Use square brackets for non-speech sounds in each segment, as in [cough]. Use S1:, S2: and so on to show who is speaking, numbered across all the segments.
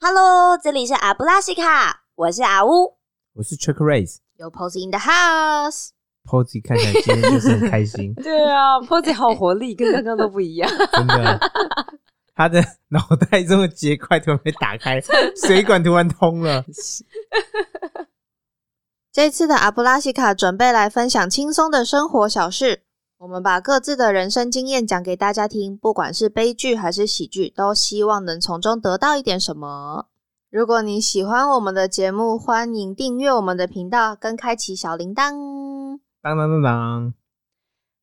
S1: Hello，这里是阿布拉西卡，我是阿乌，
S2: 我是 Chuck Race。
S1: 有 Pose in the house。
S2: Posy 看起来今天就是很开心，
S1: [laughs]
S3: 对啊 p o z y 好活力，跟刚刚都不一
S4: [laughs]
S3: 样。
S2: 真的。他的脑袋这么结块，突然被打开，水管突然通了。
S4: 这次的阿布拉西卡准备来分享轻松的生活小事，我们把各自的人生经验讲给大家听，不管是悲剧还是喜剧，都希望能从中得到一点什么。如果你喜欢我们的节目，欢迎订阅我们的频道跟开启小铃铛。
S2: 当当当当，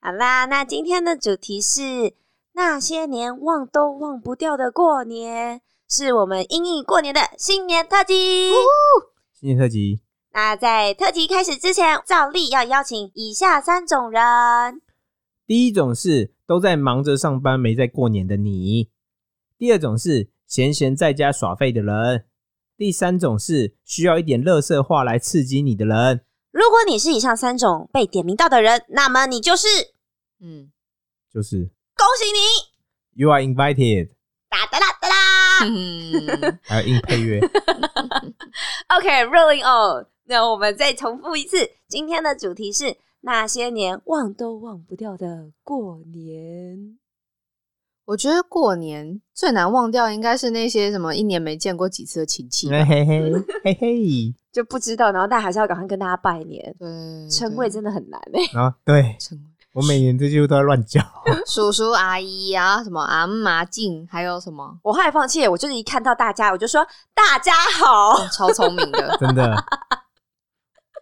S1: 好啦，那今天的主题是那些年忘都忘不掉的过年，是我们英译过年的新年特辑。
S2: 新年特辑，
S1: 那在特辑开始之前，照例要邀请以下三种人：
S2: 第一种是都在忙着上班没在过年的你；第二种是闲闲在家耍废的人；第三种是需要一点乐色话来刺激你的人。
S1: 如果你是以上三种被点名到的人，那么你就是
S3: 嗯，
S2: 就是
S1: 恭喜你！
S2: You are invited，
S1: 哒哒啦哒啦。
S2: 还有硬配乐。
S1: OK，rolling、on。那我们再重复一次，今天的主题是那些年忘都忘不掉的过年。
S4: [laughs] 我觉得过年最难忘掉应该是那些什么一年没见过几次的亲戚吧。
S2: 哎
S1: 哎
S2: 嘿嘿嘿嘿，
S1: 就不知道，然后但还是要赶快跟大家拜年。
S4: 对，
S1: 称谓真的很难哎、
S2: 然后对
S4: 称谓
S2: 我每年这句都在乱叫。。
S4: 叔叔阿姨啊，什么阿姆阿静，还有什么
S1: 我后来放弃了，我就是一看到大家，我就说大家好。 [laughs]
S4: 超聪明的
S2: 真的。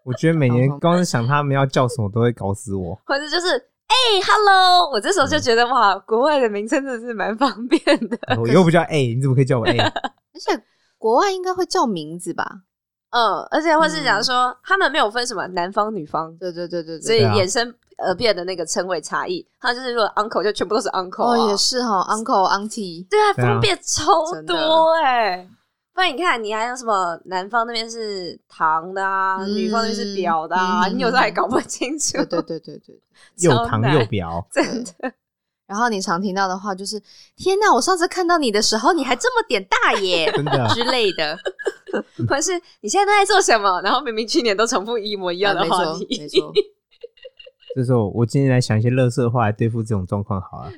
S2: 我觉得每年
S4: 好好
S2: 光是想他们要叫什么，都会搞死
S1: [laughs]
S2: 我。
S1: 或者就是哎、h e l l o 我这时候就觉得哇，国外的名称真的是蛮方便 [laughs] 的。
S2: 我又不叫 A，你怎么可以叫
S1: [laughs]
S2: 我 A？
S4: 而且国外应该会叫名字吧？
S1: 嗯，而且或是讲说、他们没有分什么男方女方，
S4: 对对对对
S1: 所
S4: 对。
S1: 以
S2: 对啊
S1: 衍生而变的那个称谓差异，他就是如果 uncle 就全部都是 uncle，、啊、
S4: 哦，也是哈、u n c l e Auntie，
S1: 对啊，
S2: 对啊
S1: 方便超
S4: 真的
S1: 多哎、不然你看，你还有什么？南方那边是堂的啊，
S4: 嗯
S1: 女方那边是表的啊，
S4: 嗯
S1: 你有时候还搞 [laughs] 不清楚。
S4: 对对对对对。
S2: 又糖
S1: 超
S2: 又
S1: 难
S2: 表，
S1: 真的，
S4: 然后你常听到的话就是：“天哪，我上次看到你的时候，
S1: 啊
S4: 你还这么点大耶
S2: 真的
S4: 之类的。
S1: 或者是你现在都在做什么？然后明明去年都重复一模一
S4: 啊”
S1: 样的
S4: 没
S1: 话
S4: 错
S1: 题。
S4: 没错。
S2: 这时候我今天来想一些乐色话来对付这种状况好了。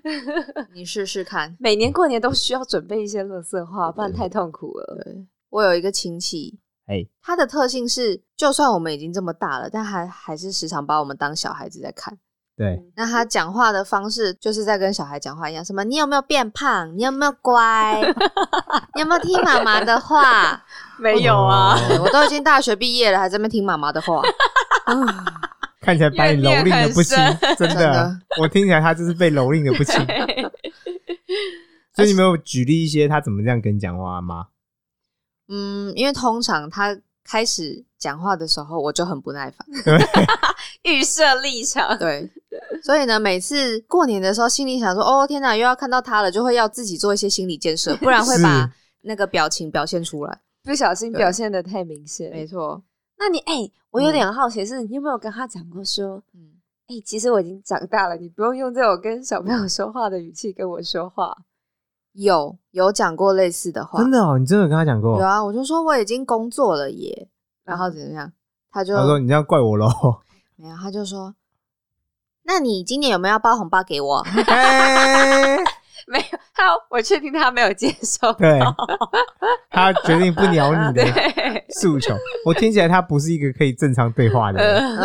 S4: 你试试看。
S1: 每年过年都需要准备一些乐色话，不然太痛苦了。
S4: 对，我有一个亲戚，
S2: 哎，
S4: 他的特性是，就算我们已经这么大了，但还还是时常把我们当小孩子在看。
S1: [laughs]
S2: 对，
S4: 那他讲话的方式就是在跟小孩讲话一样，什么你有没有变胖？你有没有乖？你有没有听妈妈的话？
S1: [laughs] 没有啊，
S4: 对我都已经大学毕业了，还在那边听妈妈的话。
S2: 看起来把你蹂躏的不轻
S1: 怨念，
S2: 真
S4: 真
S2: 的
S4: 的。
S2: 我听起来他就是被蹂躏的不轻。所以你没有举例一些他怎么这样跟你讲话吗？
S4: 嗯，因为通常他开始讲话的时候，我就很不耐
S2: [laughs]
S4: 烦。
S1: 预设立场。
S4: 对，所以呢，每次过年的时候，心里想说：“哦，天哪，又要看到他了，就会要自己做一些心理建设，不然会把
S2: 是
S4: 那个表情表现出来。
S1: 不小心
S4: 对
S1: 表现的太明”显。
S4: 没错，
S1: 那你哎、我有点好奇是，你有没有跟他讲过说，
S4: 嗯，
S1: 哎、其实我已经长大了，你不用用这种跟小朋友说话的语气跟我说话。 [laughs]
S4: 有有讲过类似的话，
S2: 真的哦，你真的有跟他讲过
S4: 有？啊，我就说我已经工作了耶，然后怎么样？他就
S2: 他
S1: 啊
S2: 说你这样怪我 [laughs] 喽。
S4: 没有，他就说，那你今年有没有要包红包给我？
S2: 哎，
S1: 没有，他我确定他没有接受到。
S2: 对，他决定不鸟你的。
S1: 哦 [laughs] 对，
S2: 诉求。 [laughs] 我听起来他不是一个可以正常对话的
S3: 呃
S2: 人。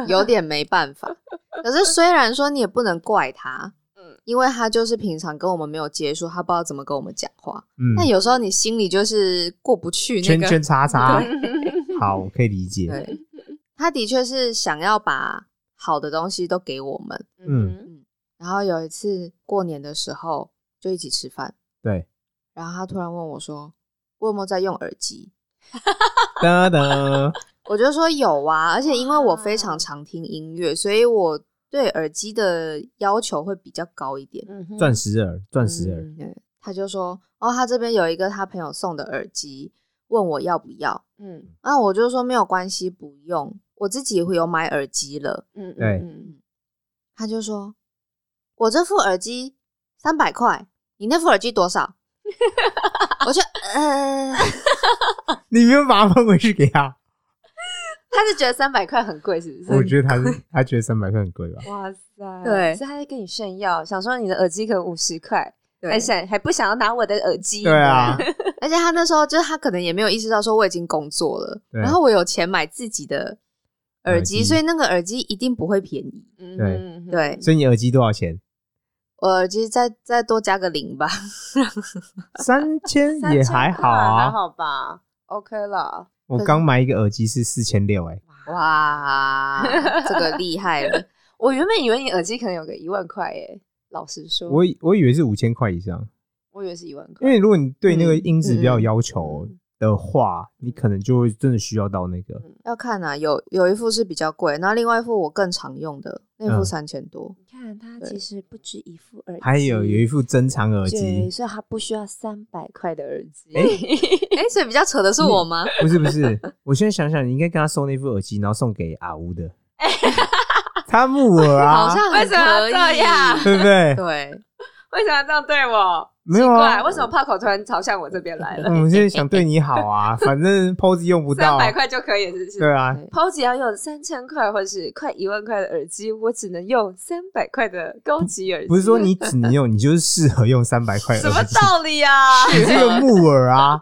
S4: 嗯，
S1: [laughs]
S4: 有点没办法。可是虽然说你也不能怪他，
S1: 嗯
S4: 嗯，因为他就是平常跟我们没有接触，他不知道怎么跟我们讲话。
S2: 嗯，
S4: 但有时候你心里就是过不去那
S2: 圈
S4: 个，
S2: 圈叉
S4: 嗯
S2: 叉，好，我可以理解。
S4: 对，他的确是想要把好的东西都给我们。
S2: 嗯，
S4: 然后有一次过年的时候就一起吃饭，
S2: 对，
S4: 然后他突然问我说：“我有没有在用耳机
S2: 噔噔，？”
S4: 我就说有啊，而且因为我非常常听音乐，所以我对耳机的要求会比较高一点。
S1: 嗯哼
S2: 钻石耳，钻石耳，
S4: 嗯对，他就说：“哦，他这边有一个他朋友送的耳机，问我要不要。
S1: 嗯”
S4: 那我就说没有关系，不用，我自己会有买耳机了。
S1: 嗯，
S2: 对
S1: 嗯
S3: [laughs]
S4: 他就说：“我这副耳机三百块，你那副耳机多少？”我就呃，
S2: 你没有把它分回去给他？
S3: 他是觉得三百块很贵，是不是？
S2: 我觉得他是他觉得三百块很贵吧？
S3: [laughs] 哇塞，
S1: 对
S3: 是他在跟你炫耀，想说你的耳机可能五十块，
S1: 对
S3: 还想还不想要拿我的耳机？
S2: 对啊，
S4: 而且他那时候就是他可能也没有意识到说我已经工作了，
S2: 对
S4: 然后我有钱买自己的耳
S2: 耳机
S4: 机，所以那个耳机一定不会便宜。
S3: 嗯，
S2: 对
S3: 嗯，嗯
S4: 对，
S2: 所以你耳机多少钱？
S4: 我耳机再再多加个零吧。
S2: 三千
S3: 三
S2: 也
S3: 千
S2: 还好
S3: 块还
S2: 啊。
S3: 好吧，OK 了。
S2: 我刚买一个耳机是四千六，哎，
S4: 哇，这个厉害了！ [laughs]
S3: 我原本以为你耳机可能有个一万块耶，老实说，
S2: 我以我以为是五千块以上，
S3: 我以为是一万块，
S2: 因为如果你对那个
S4: 嗯
S2: 音质比较有
S4: 嗯
S2: 要求的话，你可能就会真的需要到那个。
S4: 要看啊，有有一副是比较贵，然后另外一副我更常用的那副
S2: 嗯
S4: 三千多。
S1: 你看他
S4: 对
S1: 其实不止一副耳机，
S2: 还有有一副珍藏耳
S1: 对
S3: 嗯
S2: 机，
S1: 所以他不需要三百块的耳机。
S4: [laughs] 哎、所以比较扯的是我吗？
S2: [laughs] 不是不是，我现在想想，你应该跟他收那副耳机，然后送给阿乌
S3: [laughs]
S2: 的，他木耳
S4: 好
S2: 啊，
S4: 像很
S3: 为什么要
S4: 可以
S3: 这样
S2: 对不对？
S4: 对，
S3: 为什么要这样对我？
S2: 没有啊
S3: 奇怪，为什么炮口突然朝向我这边来
S2: [laughs] 我
S3: 了？
S2: 们现在想对你好啊，反正 POS 用不
S3: 三
S2: 到，啊
S3: 百块就可以，是不是？
S2: 对啊，
S3: 抛只要用三千块或是快一万块的耳机，我只能用三百块的高级耳机。
S2: 不是说你只能用，你就是适合用三百块
S3: 什么
S2: 耳机，
S3: 道理啊？
S2: 你这个木耳
S3: [laughs]
S2: 啊，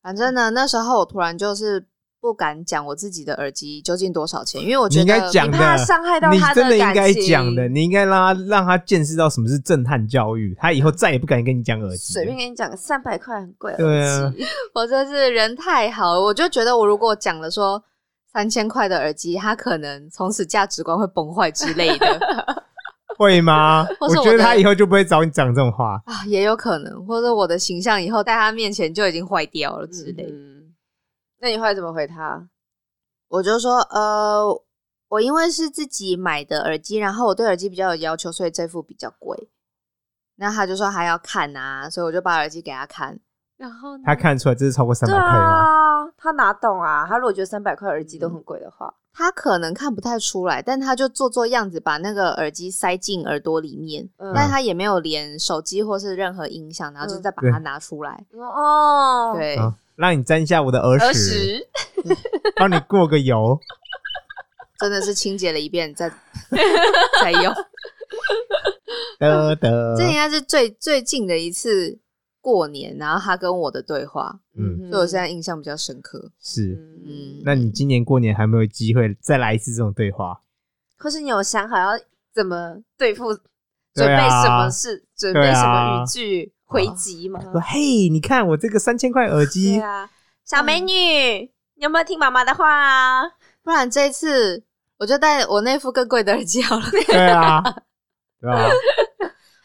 S4: 反正呢，那时候我突然就是不敢讲我自己的耳机究竟多少钱，因为我
S2: 你
S4: 觉
S2: 应
S4: 得
S2: 该讲
S3: 你怕伤害到
S2: 你
S3: 他的
S2: 真的应
S3: 感
S2: 该
S3: 情
S2: 讲的，你应该让他让他见识到什么是震撼教育，他以后再也不敢跟你讲耳机
S3: 随
S2: 了。
S4: 嗯
S3: 便跟你讲个三百块很贵的
S2: 对啊
S3: 耳机，
S4: 哦 [laughs] 我真是人太好了，我就觉得我如果讲了说三千块的耳机，他可能从此价值观会崩坏之类的 [laughs]
S2: 会
S3: [laughs]
S2: 吗？
S4: 或
S2: 我
S4: 是我
S2: 觉得
S4: 的
S2: 他以后就不会找你讲这种话。
S4: 啊，也有可能，或者我的形象以后在他面前就已经坏掉了之
S3: 之
S4: 类
S3: 类
S4: 的。
S3: 嗯那你后来怎么回他？
S4: 我就说，呃，我因为是自己买的耳机，然后我对耳机比较有要求，所以这副比较贵。那他就说还要看啊，所以我就把耳机给他看。
S3: 然后呢
S2: 他看得出来这是超过三百
S3: 对
S2: 块吗？
S3: 啊，他哪懂啊？他如果觉得三百块耳机都很贵的话，
S4: 他可能看不太出来，但他就做做样子，把那个耳机塞进耳朵里面，
S3: 嗯
S4: 但他也没有连手机或是任何音响，然后就再把它拿出来。
S3: 你说哦，，
S4: 对，
S2: 啊，让你沾一下我的耳
S3: 二
S2: 屎，
S3: 十，
S2: 帮你过个
S3: [laughs]
S2: 油。
S4: 真的是清洁了一遍再再用。
S2: 嗯得得，
S4: [laughs] 这应该是最最近的一次过年，然后他跟我的对话，
S2: 嗯
S4: 所以我现在印象比较深刻。
S2: 是。
S4: 嗯，
S2: 那你今年过年还没有机会再来一次这种对话？
S3: 或是你有想好要怎么对付，
S2: 对
S3: 准备
S2: 啊
S3: 什么事，准
S2: 对
S3: 备
S2: 啊
S3: 什么语句回击吗？
S2: 说嘿，你看我这个三千块耳
S3: 对
S2: 机，
S3: 啊，小美
S4: 嗯
S2: 嗯
S3: 女，你有没有听妈妈的话啊？
S4: 不然这一次我就戴我那副更贵的耳
S3: [laughs]
S4: 机好了。
S2: [laughs] 对啊，对啊，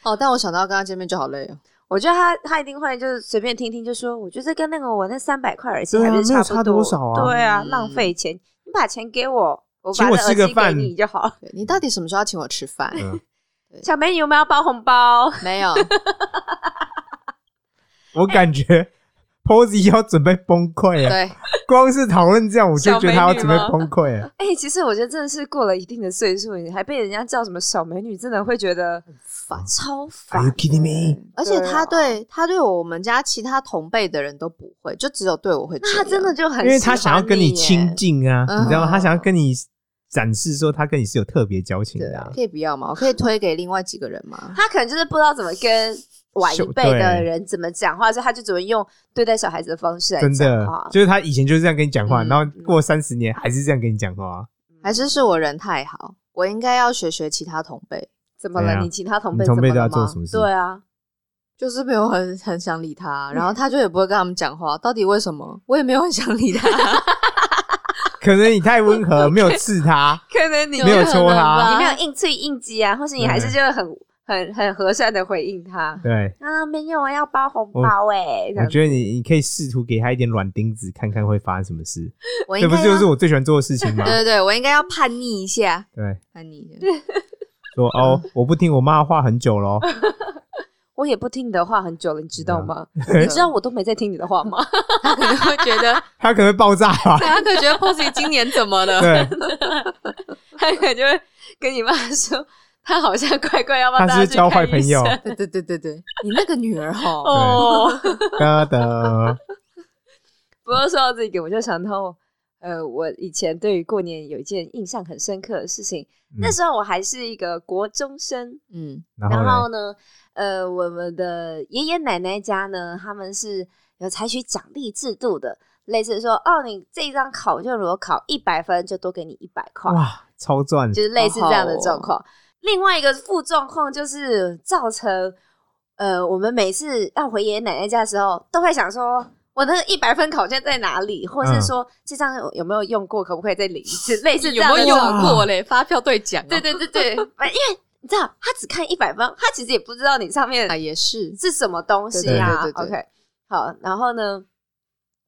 S4: 哦，但我想到跟他见面就好累哦。
S1: 我觉得他他一定会就是随便听听就说，我觉得跟那个我那三百块耳机
S2: 对
S1: 还
S2: 啊
S1: 不是
S2: 没有
S1: 不
S2: 差多少啊
S1: 对啊，
S4: 嗯
S1: 浪费钱，你把钱给我，我
S2: 请
S1: 把
S2: 我
S1: 这
S2: 吃个
S1: 耳机给
S2: 饭
S1: 你就好。
S4: 对你到底什么时候要请我吃饭？
S2: 嗯
S1: 小美女有没有要包红包？
S4: 没
S2: [laughs]
S4: 有，
S2: 我感觉 Posy 要准备崩溃了。
S4: 对，
S2: 光是讨论这样，我就觉得他要
S3: 小
S2: 准
S3: 美
S2: 备
S3: 女吗
S2: 崩溃啊了。
S3: 哎、其实我觉得真的是过了一定的岁数，你还被人家叫什么小美女，真的会觉得
S4: 烦。
S3: 超
S2: Are
S3: 烦
S2: you。kidding me？
S4: 嗯而且
S3: 对啊
S4: 他对他对我们家其他同辈的人都不会，就只有对我会这
S3: 那
S4: 样。
S3: 他真的就很
S2: 因为他想要跟
S3: 你
S2: 你亲近啊，
S4: 嗯
S2: 你知道吗？他想要跟你展示说他跟你是有特别交情
S4: 对
S2: 的啊
S4: 啊，。可以不要吗？我可以推给另外几个人吗？
S3: 他可能就是不知道怎么跟晚一
S2: 就
S3: 辈的
S2: 对
S3: 人怎么讲话，所以他就只会用对待小孩子的方式来
S2: 真的
S3: 讲话，。
S2: 就是他以前就是这样跟你讲话，
S4: 嗯
S2: 然后过三十年还是这样跟你讲话，
S4: 还是是我人太好，我应该要学学其他同辈，
S3: 怎么
S2: 对
S3: 了？
S2: 啊
S3: 你其他同
S2: 你
S3: 辈
S2: 同
S3: 怎
S2: 辈
S3: 么
S2: 都要
S3: 了
S2: 做
S3: 吗
S2: 什么？事
S3: 对啊，
S4: 就是没有很很想理他，然后他就也不会跟他们讲话，到底为什么？我也没有很想理他。
S2: 可能你太温和，没有刺他，
S3: 可能你
S2: 没有戳
S4: 吧
S2: 他，
S3: 你没有硬脆硬击啊，或是你还是
S2: 对
S3: 就很很很和善的回应他
S2: 对。
S1: 啊，没有啊，要包红包哎、
S2: 我
S1: 欸。
S2: 觉得你你可以试图给他一点软钉子，看看会发生什么事。
S4: 我应
S2: 这
S4: 该
S2: 不是
S4: 要
S2: 就是我最喜欢做的事情
S4: [laughs]
S2: 吗
S4: 对？对对，我应该要叛逆一下，
S2: 对，
S4: 叛逆一下。
S2: 说哦，我不听我妈的话很久咯。
S3: 我也不听你的话很久了，你
S2: 嗯
S3: 知
S2: [laughs]
S3: 道吗？
S4: 对
S3: 你知道我都没在听你的话吗？ [laughs]
S4: 他可能会觉得，？
S2: 他可能会爆炸吧
S4: [laughs] 他可能觉得 Posy 今年怎么了？
S2: 对，
S3: 他可能就会跟你妈说，
S1: 他好
S3: [laughs]
S1: 像乖乖要帮
S2: 他
S1: 大家
S2: 是不是
S1: 去
S2: 交
S1: 看
S2: 坏
S1: 医
S2: 朋友
S1: 生
S4: 对对对对对，你那个女儿哈，
S1: 哦。
S2: 哒哒，
S1: 不过说到这个，我就想到，呃，我以前对于过年有一件印象很深刻的事情。
S2: 嗯
S1: 那时候我还是一个国中生，
S4: 嗯，
S2: 然
S1: 然
S2: 后
S1: 后
S2: 呢？
S1: 呢，呃，我们的爷爷奶奶家呢，他们是有采取奖励制度的，类似说，哦，你这一张考卷如果考一百分，就多给你一百
S4: 哦
S1: 块，
S2: 哇，超赚！
S1: 就是类似这样的状
S4: 好
S1: 况。另外一个副状况就是造成，呃，我们每次要回爷爷奶奶家的时候，都会想说，我的一百分考卷在哪里，或是说、这张有有没有用过，可不可以再领一次，类似这
S4: 有
S1: 样
S4: 没
S1: 的
S4: 有
S1: 状
S4: 用啊
S1: 况
S4: 过嘞？发票兑奖哦，
S1: 对对对
S4: [laughs]
S1: 对，反正因为你知道，他只看一百分，他其实也不知道你上面
S4: 啊，也是，
S1: 是什么东西啊
S4: 对对对对对
S1: o k 好，然后呢，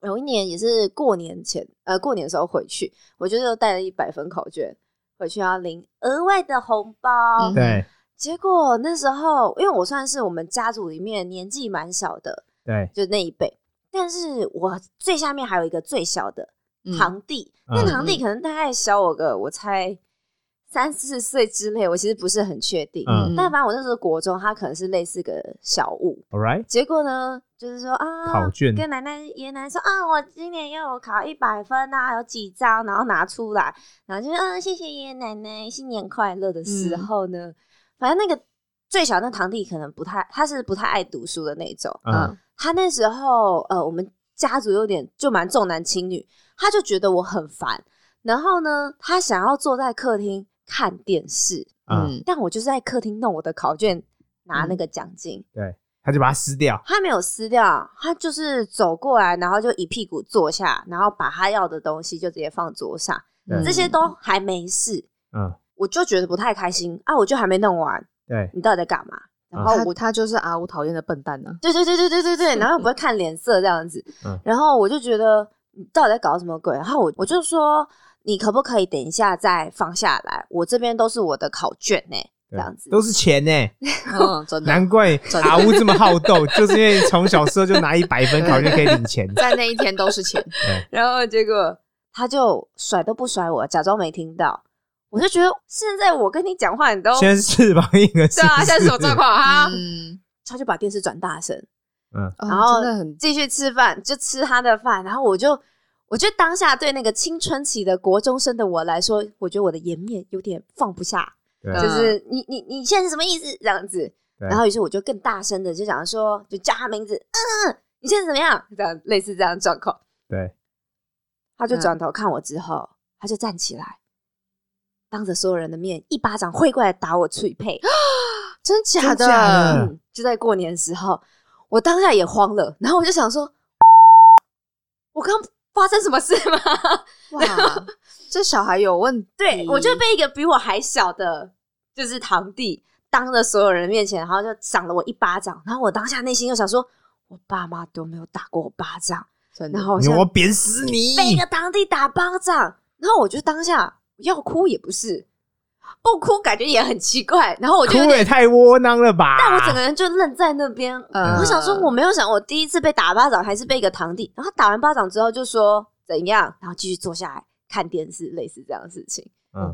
S1: 有一年也是过年前，呃，过年的时候回去，我就又带了一百分考卷回去要领额外的红包。
S4: 嗯
S2: 对
S1: 结果那时候，因为我算是我们家族里面年纪蛮小的，
S2: 对，
S1: 就那一辈，但是我最下面还有一个最小的
S4: 嗯
S1: 堂弟，那
S2: 嗯
S1: 堂弟可能大概小我个，我猜三四岁之类，我其实不是很确定。
S2: 嗯
S1: 但反正我那时候国中，他可能是类似个小五，
S2: ，All right，
S1: 结果呢，就是说啊，
S2: 考卷
S1: 跟奶奶、爷爷奶奶说啊，我今年要有考一百分啊，有几张，然后拿出来，然后就嗯、谢谢爷爷奶奶，新年快乐的时候呢，反正那个最小那堂弟可能不太，他是不太爱读书的那种，
S2: 嗯，
S1: 他那时候呃，我们家族有点就蛮重男轻女，他就觉得我很烦，然后呢，他想要坐在客厅看电视，
S2: 嗯，
S1: 但我就是在客厅弄我的考卷，拿
S3: 嗯
S1: 那个奖金。
S2: 他就把它撕掉，
S1: 他没有撕掉，他就是走过来，然后就一屁股坐下，然后把他要的东西就直接放桌上，
S2: 嗯
S1: 这些都还没事，
S2: 嗯，
S1: 我就觉得不太开心啊，我就还没弄完，
S2: 对，
S1: 你到底在干嘛？然
S2: 啊
S1: 后
S4: 他
S1: 哦我，
S4: 他就是阿五讨厌的笨蛋
S1: [laughs]
S4: 呢，
S1: 对对对对对对对，然后我不会看脸色这样子
S2: 嗯，
S1: 然后我就觉得你到底在搞什么鬼？然后我我就说，你可不可以等一下再放下来？我这边都是我的考卷呢、这
S2: 对
S1: 样子。
S2: 都是钱呢，
S1: [laughs]
S4: 嗯，真的。
S2: 难怪
S4: 真的
S2: 阿乌这么好斗， [laughs] 就是因为从小时候就拿一百分考就可以领钱，
S1: 哦
S4: 在那一天都是钱，
S1: 然后结果他就甩都不甩我，假装没听到。我就觉得现在我跟你讲话，你都
S2: 现在是翅膀硬了，
S1: 对啊，现
S2: 不
S1: 在是什么状？况啊？
S4: 嗯，
S1: 他就把 [laughs] 电视转大声，
S2: 嗯，
S4: 然
S1: 然后
S4: 真的很
S1: 继续吃饭，就吃他的饭。然后我就，我觉得当下对那个青春期的国中生的我来说，我觉得我的颜面有点放不下，
S2: 对
S4: 嗯
S1: 就是你你你现在是什么意思？这样子。
S2: 对
S1: 然后于是我就更大声的就讲说，就叫他名字，嗯，你现在怎么样？这样类似这样的状况。
S2: 对，
S1: 他就
S4: 嗯
S1: 转头看我之后，他就站起来，当着所有人的面一巴掌挥过来打我脆配， [gasps]
S4: 真假
S2: 真假的
S4: 的，
S1: 嗯，就在过年的时候，我当下也慌了，然后我就想说，我刚发生什么事吗？ [laughs]
S4: 哇，这小孩有问题，
S1: 对我就被一个比我还小的，就是堂弟，当着所有人面前，然后就赏了我一巴掌，然后我当下内心又想说，我爸妈都没有打过我巴掌，
S4: 真的
S1: 然后我
S2: 你
S1: 现在
S2: 我扁死你！
S1: 被一个堂弟打巴掌，然后我就当下要哭也不是，不哭感觉也很奇怪，然后我就有
S2: 哭啊也
S1: 点，
S2: 太窝囊了吧！
S1: 但我整个人就愣在那边。
S4: 嗯
S1: 我想说，我没有想，我第一次被打巴掌还是被一个堂弟，然后他打完巴掌之后就说怎样，然后继续坐下来看电视，类似这样的事情。
S2: 嗯，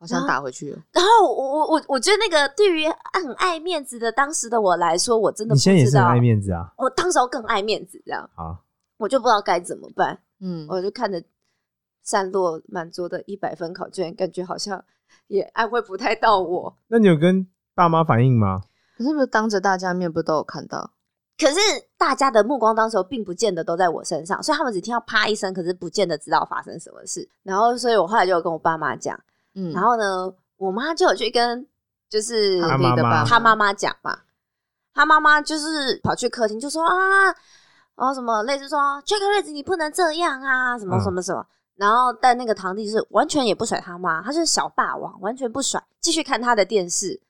S4: 好像打回去了，
S1: 然后我我我我觉得那个对于很爱面子的当时的我来说，我真的
S2: 你
S1: 不
S2: 现在也
S1: 知
S2: 是很
S1: 道
S2: 爱，面子啊，
S1: 我当时候更爱面子，这样
S2: 好，
S1: 我就不知道该怎么办。
S4: 嗯，
S1: 我就看着散落满桌的一百分考卷，感觉好像也安慰不太到我。
S2: 那你有跟爸妈反映吗？
S4: 可是不是当着大家面不都有看到？
S1: 可是大家的目光当时候并不见得都在我身上，所以他们只听到啪一声，可是不见得知道发生什么事。然后，所以我后来就有跟我爸妈讲，
S4: 嗯，
S1: 然后呢，我妈就有去跟就是
S4: 堂
S2: 他
S4: 弟
S2: 妈
S4: 的
S2: 妈
S4: 爸，嗯
S1: 他妈妈讲嘛，他妈妈就是跑去客厅就说啊，然后什么类似说 Jack r i z 你不能这样啊，什么
S2: 嗯
S1: 什么什么。然后但那个堂弟是完全也不甩他妈，他就是小霸王，完全不甩，继续看他的电视。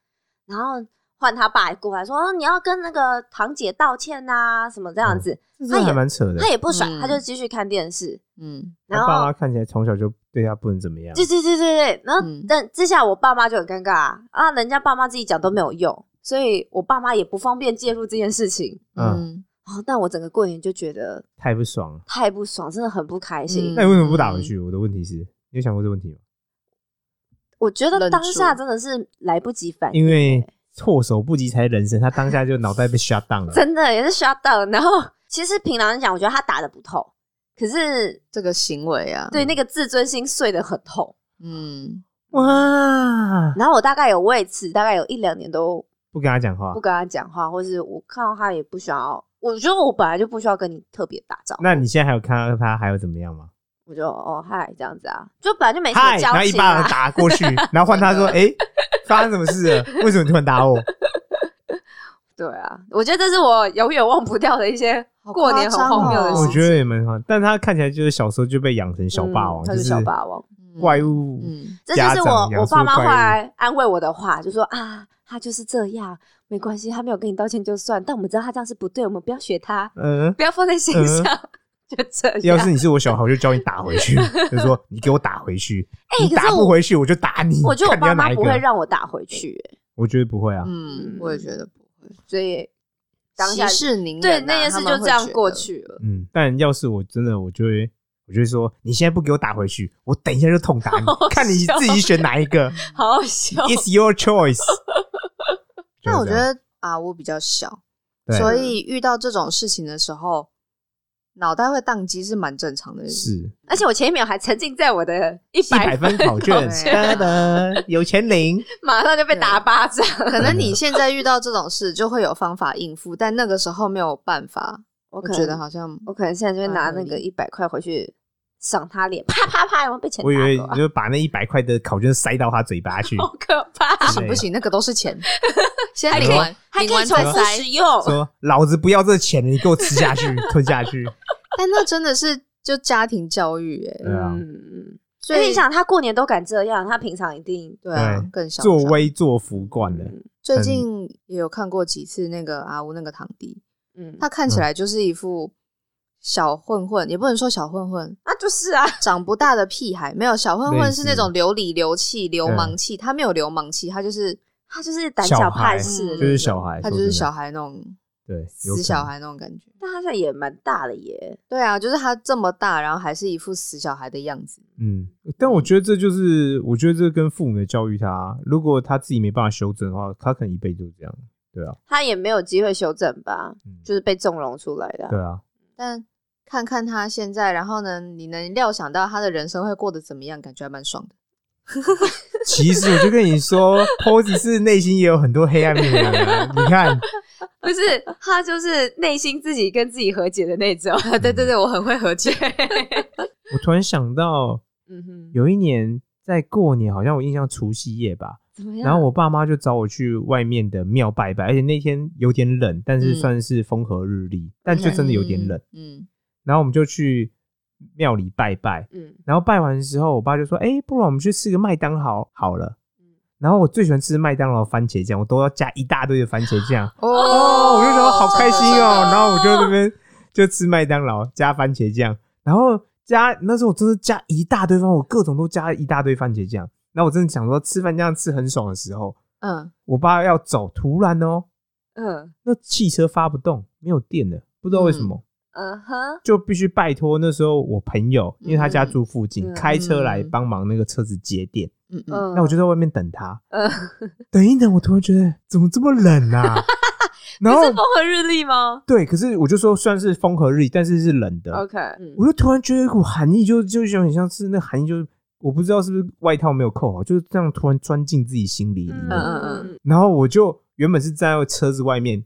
S1: 然后换他爸过来说、啊你要跟那个堂姐道歉呐、什么这样子，
S2: 这
S1: 他
S2: 真的
S1: 也
S2: 还蛮扯的
S1: 他。也不甩，
S4: 嗯
S1: 他就继续看电视。
S4: 嗯，
S1: 然
S2: 他爸
S1: 后
S2: 妈看起来从小就对他不能怎么样，
S1: 对对对对对，然后、
S4: 嗯
S1: 但这下我爸妈就很尴尬啊，啊人家爸妈自己讲都没有用，所以我爸妈也不方便介入这件事情。
S2: 嗯，
S4: 嗯，
S3: 啊
S1: 哦，但我整个过年就觉得
S2: 太不爽了。
S1: 太不爽，真的很不开心。
S4: 嗯
S2: 那你为什么不打回去？我的问题是，你有想过这个问题吗？
S3: 我觉得
S4: 忍
S3: 当下
S4: 住
S3: 真的是来不及反应，
S2: 因
S1: 嗯
S2: 为措手不及才人生，他当下就脑袋被 shut down 了。
S3: 真的也是 shut down。然后其实平常讲，我觉得他打的不痛，可是
S4: 这个行为啊，
S2: 嗯
S3: 对那个自尊心碎的很痛。
S4: 嗯，
S2: 哇！
S3: 然后我大概有为此大概有一两年都
S2: 不跟他讲话
S3: 不，跟他讲话，或是我看到他也不想要。我觉得我本来就不需要跟你特别打招呼，
S2: 那你现在还有看到他还有怎么样吗？
S3: 我就哦嗨这样子啊，就本来就没什么
S2: 嗨，然
S3: 交
S2: 后一
S3: 情
S2: 巴掌
S3: 啊。
S2: 打过
S3: [laughs]
S2: 去，然后换他说：“哎、发生什么事了？为什么你突然打我
S3: 对啊，我觉得这是我永远忘不掉的一些过年很荒谬的
S4: 好夸张哦
S3: 事
S2: 我
S3: 情。
S2: 觉得也蛮好，但他看起来就是小时候就被养成小霸王，
S3: 嗯他
S2: 就是
S3: 小霸王，
S2: 怪物。
S4: 嗯，
S3: 这就
S2: 家
S3: 是我
S2: 长养
S3: 我
S2: 出
S3: 爸妈
S2: 怪
S3: 后
S2: 物
S3: 来哎安慰我的话，就说啊，他就是这样，没关系，他没有跟你道歉就算，但我们知道他这样是不对，我们不要学他，
S2: 嗯，
S3: 不要放在心
S2: 嗯
S3: 上， [laughs] 就这
S2: [laughs] 要
S3: 样。
S2: 是你是我小孩，我就教你打回
S3: [laughs]
S2: 去，就说你给我打回去，
S3: 哎
S2: 你
S3: 可是
S2: 打不
S3: 我
S2: 回去我就打你。
S3: 我觉得我
S2: 嗯看你
S3: 爸
S2: 要
S3: 妈
S2: 哪一
S3: 不
S2: 个？
S3: 会让我打回去、欸
S2: 我觉得不会啊。
S4: 嗯，我也觉得不会，
S3: 所以当下
S4: 息事宁人啊。
S3: 对那件事就这样过，去了。
S2: 嗯，但要是我真的，我就会，我就会说，你现在不给我打回去，我等一下就痛打你
S3: 好笑，
S2: 看你自己选哪一个。
S3: [laughs] 好笑，
S2: It's your
S3: [laughs]
S2: choice
S4: 他们会觉得但我觉
S2: 就是这样
S4: 得啊，我比较小，
S2: 对
S4: 所以遇到这种事情的时候，脑袋会宕机是蛮正常的。
S2: 是
S3: 而且我前一秒还沉浸在我的一
S2: 一百分考卷，
S4: 考卷
S2: 噔
S3: [laughs]
S2: 噔，有钱领。
S3: 马上就被打巴掌。
S4: [laughs] 可能
S2: [laughs]
S4: 你现在遇到这种事就会有方法应付，但那个时候没有办法。
S3: 我
S4: 我
S3: 可
S4: 觉得
S3: 能
S4: 好像
S3: 我可能现在就会拿那
S4: 蛮合
S3: 个
S4: 理
S3: 一百块回去赏他脸，啪啪啪，然后被钱
S2: 我以为
S3: 打
S2: 你
S3: 过啊哦
S2: 就把那一百块的考卷塞到他嘴巴去，
S3: 好可 [laughs] 怕。
S4: 不
S2: 之类
S4: 行
S2: 的
S4: 不行，那个都是
S3: [laughs]
S4: 钱，先
S2: 还可以
S4: 领完
S3: 还
S4: 领
S3: 可
S4: 完
S3: 以重
S4: 再
S3: 复
S4: 塞
S3: 使。用，
S2: 说老子不要这钱了，你给我吃下去， [laughs] 吞下去。
S4: 但那真的是就家庭教育哎，
S2: 对啊，
S3: 嗯，所
S4: 所
S3: 以
S4: 以
S3: 你想，他过年都敢这样，他平常一定
S4: 对啊
S2: 对
S4: 更小
S2: 作威作福惯了，
S4: 最近也有看过几次那个阿乌那个堂弟，
S3: 嗯，
S4: 他看起来就是一副小混混，也不能说小混混，
S3: 啊就是啊，
S4: 长不大的屁孩。没有小混混
S2: 类似
S4: 是那种流里流气、流氓气，他没有流氓气，他就是
S3: 他就是胆
S2: 小
S3: 小
S2: 孩嗯
S3: 怕事，
S2: 就是小孩，
S4: 嗯他就是小
S2: 孩，
S4: 孩那种
S2: 对，有可
S4: 死
S2: 能
S4: 小。孩那种感觉。
S3: 但他现在也蛮大了耶，
S4: 对啊，就是他这么大，然后还是一副死小孩的样子。
S2: 嗯，但我觉得这就是，我觉得这跟父母的教育他，如果他自己没办法修正的话，他可能一辈子就这样。对啊，
S3: 他也没有机会修正吧，
S2: 嗯，
S3: 就是被纵容出来的啊。
S2: 对啊，
S4: 但看看他现在，然后呢，你能料想到他的人生会过得怎么样，感觉还蛮
S2: [laughs]
S4: 爽的。
S2: 其实我就跟你说 [laughs] ，Posy 是内心也有很多黑暗面的人啊。你看，
S3: 不是，他就是内心自己跟自己和解的那种。
S2: 对对对
S4: 我很会和解。
S2: 我突然想到，
S3: 嗯哼，
S2: 有一年在过年，好像我印象除夕夜吧，
S3: [laughs] 怎
S4: 哎
S3: 么样？
S2: 然后我爸妈就找我去外面的庙拜拜，而且那天有点冷，但是
S4: 嗯
S2: 算是风和日丽，但就真的有点冷。
S4: 嗯，
S2: 然后我们就去庙里拜拜，
S3: 嗯，
S2: 然后拜完之后，我爸就说：“哎、不然我们去吃个麦当劳好了。”然后我最喜欢吃麦当劳番茄酱，我都要加一大堆的番茄酱。
S4: 哦，
S2: 哦，
S4: 我
S2: 我就说好开心
S3: 真的
S2: 哦，然后我就那边就吃麦当劳加番茄酱，然后加那时候我真的加一大堆番，我各种都加一大堆番茄酱。那我真的想说吃番茄酱吃很爽的时候，
S4: 嗯，
S2: 我爸要走，突然哦，
S3: 嗯
S2: 那汽车发不动，没有电了，不知道为什么，
S3: 嗯哼，
S2: 就必须拜托那时候我朋友，因为他家住附近，
S3: 嗯
S2: 开车来
S4: 嗯
S2: 帮忙那个车子接电。
S4: 嗯嗯，
S3: 嗯，
S2: 那我就在外面等他，
S3: [laughs] 嗯，
S2: 等一等，我突然觉得怎么这么冷
S3: [laughs]
S2: 啊？然
S3: 不
S2: 后
S3: 是风和日丽吗
S2: 对，可是我就说算是风和日丽，但是是冷的。
S3: ？OK，嗯
S2: 我就突然觉得一股寒意就，就有点像是那寒意就，我不知道是不是外套没有扣好，就是这样突然钻进自己心里里面。
S3: 嗯嗯
S2: 然后我就原本是站在车子外面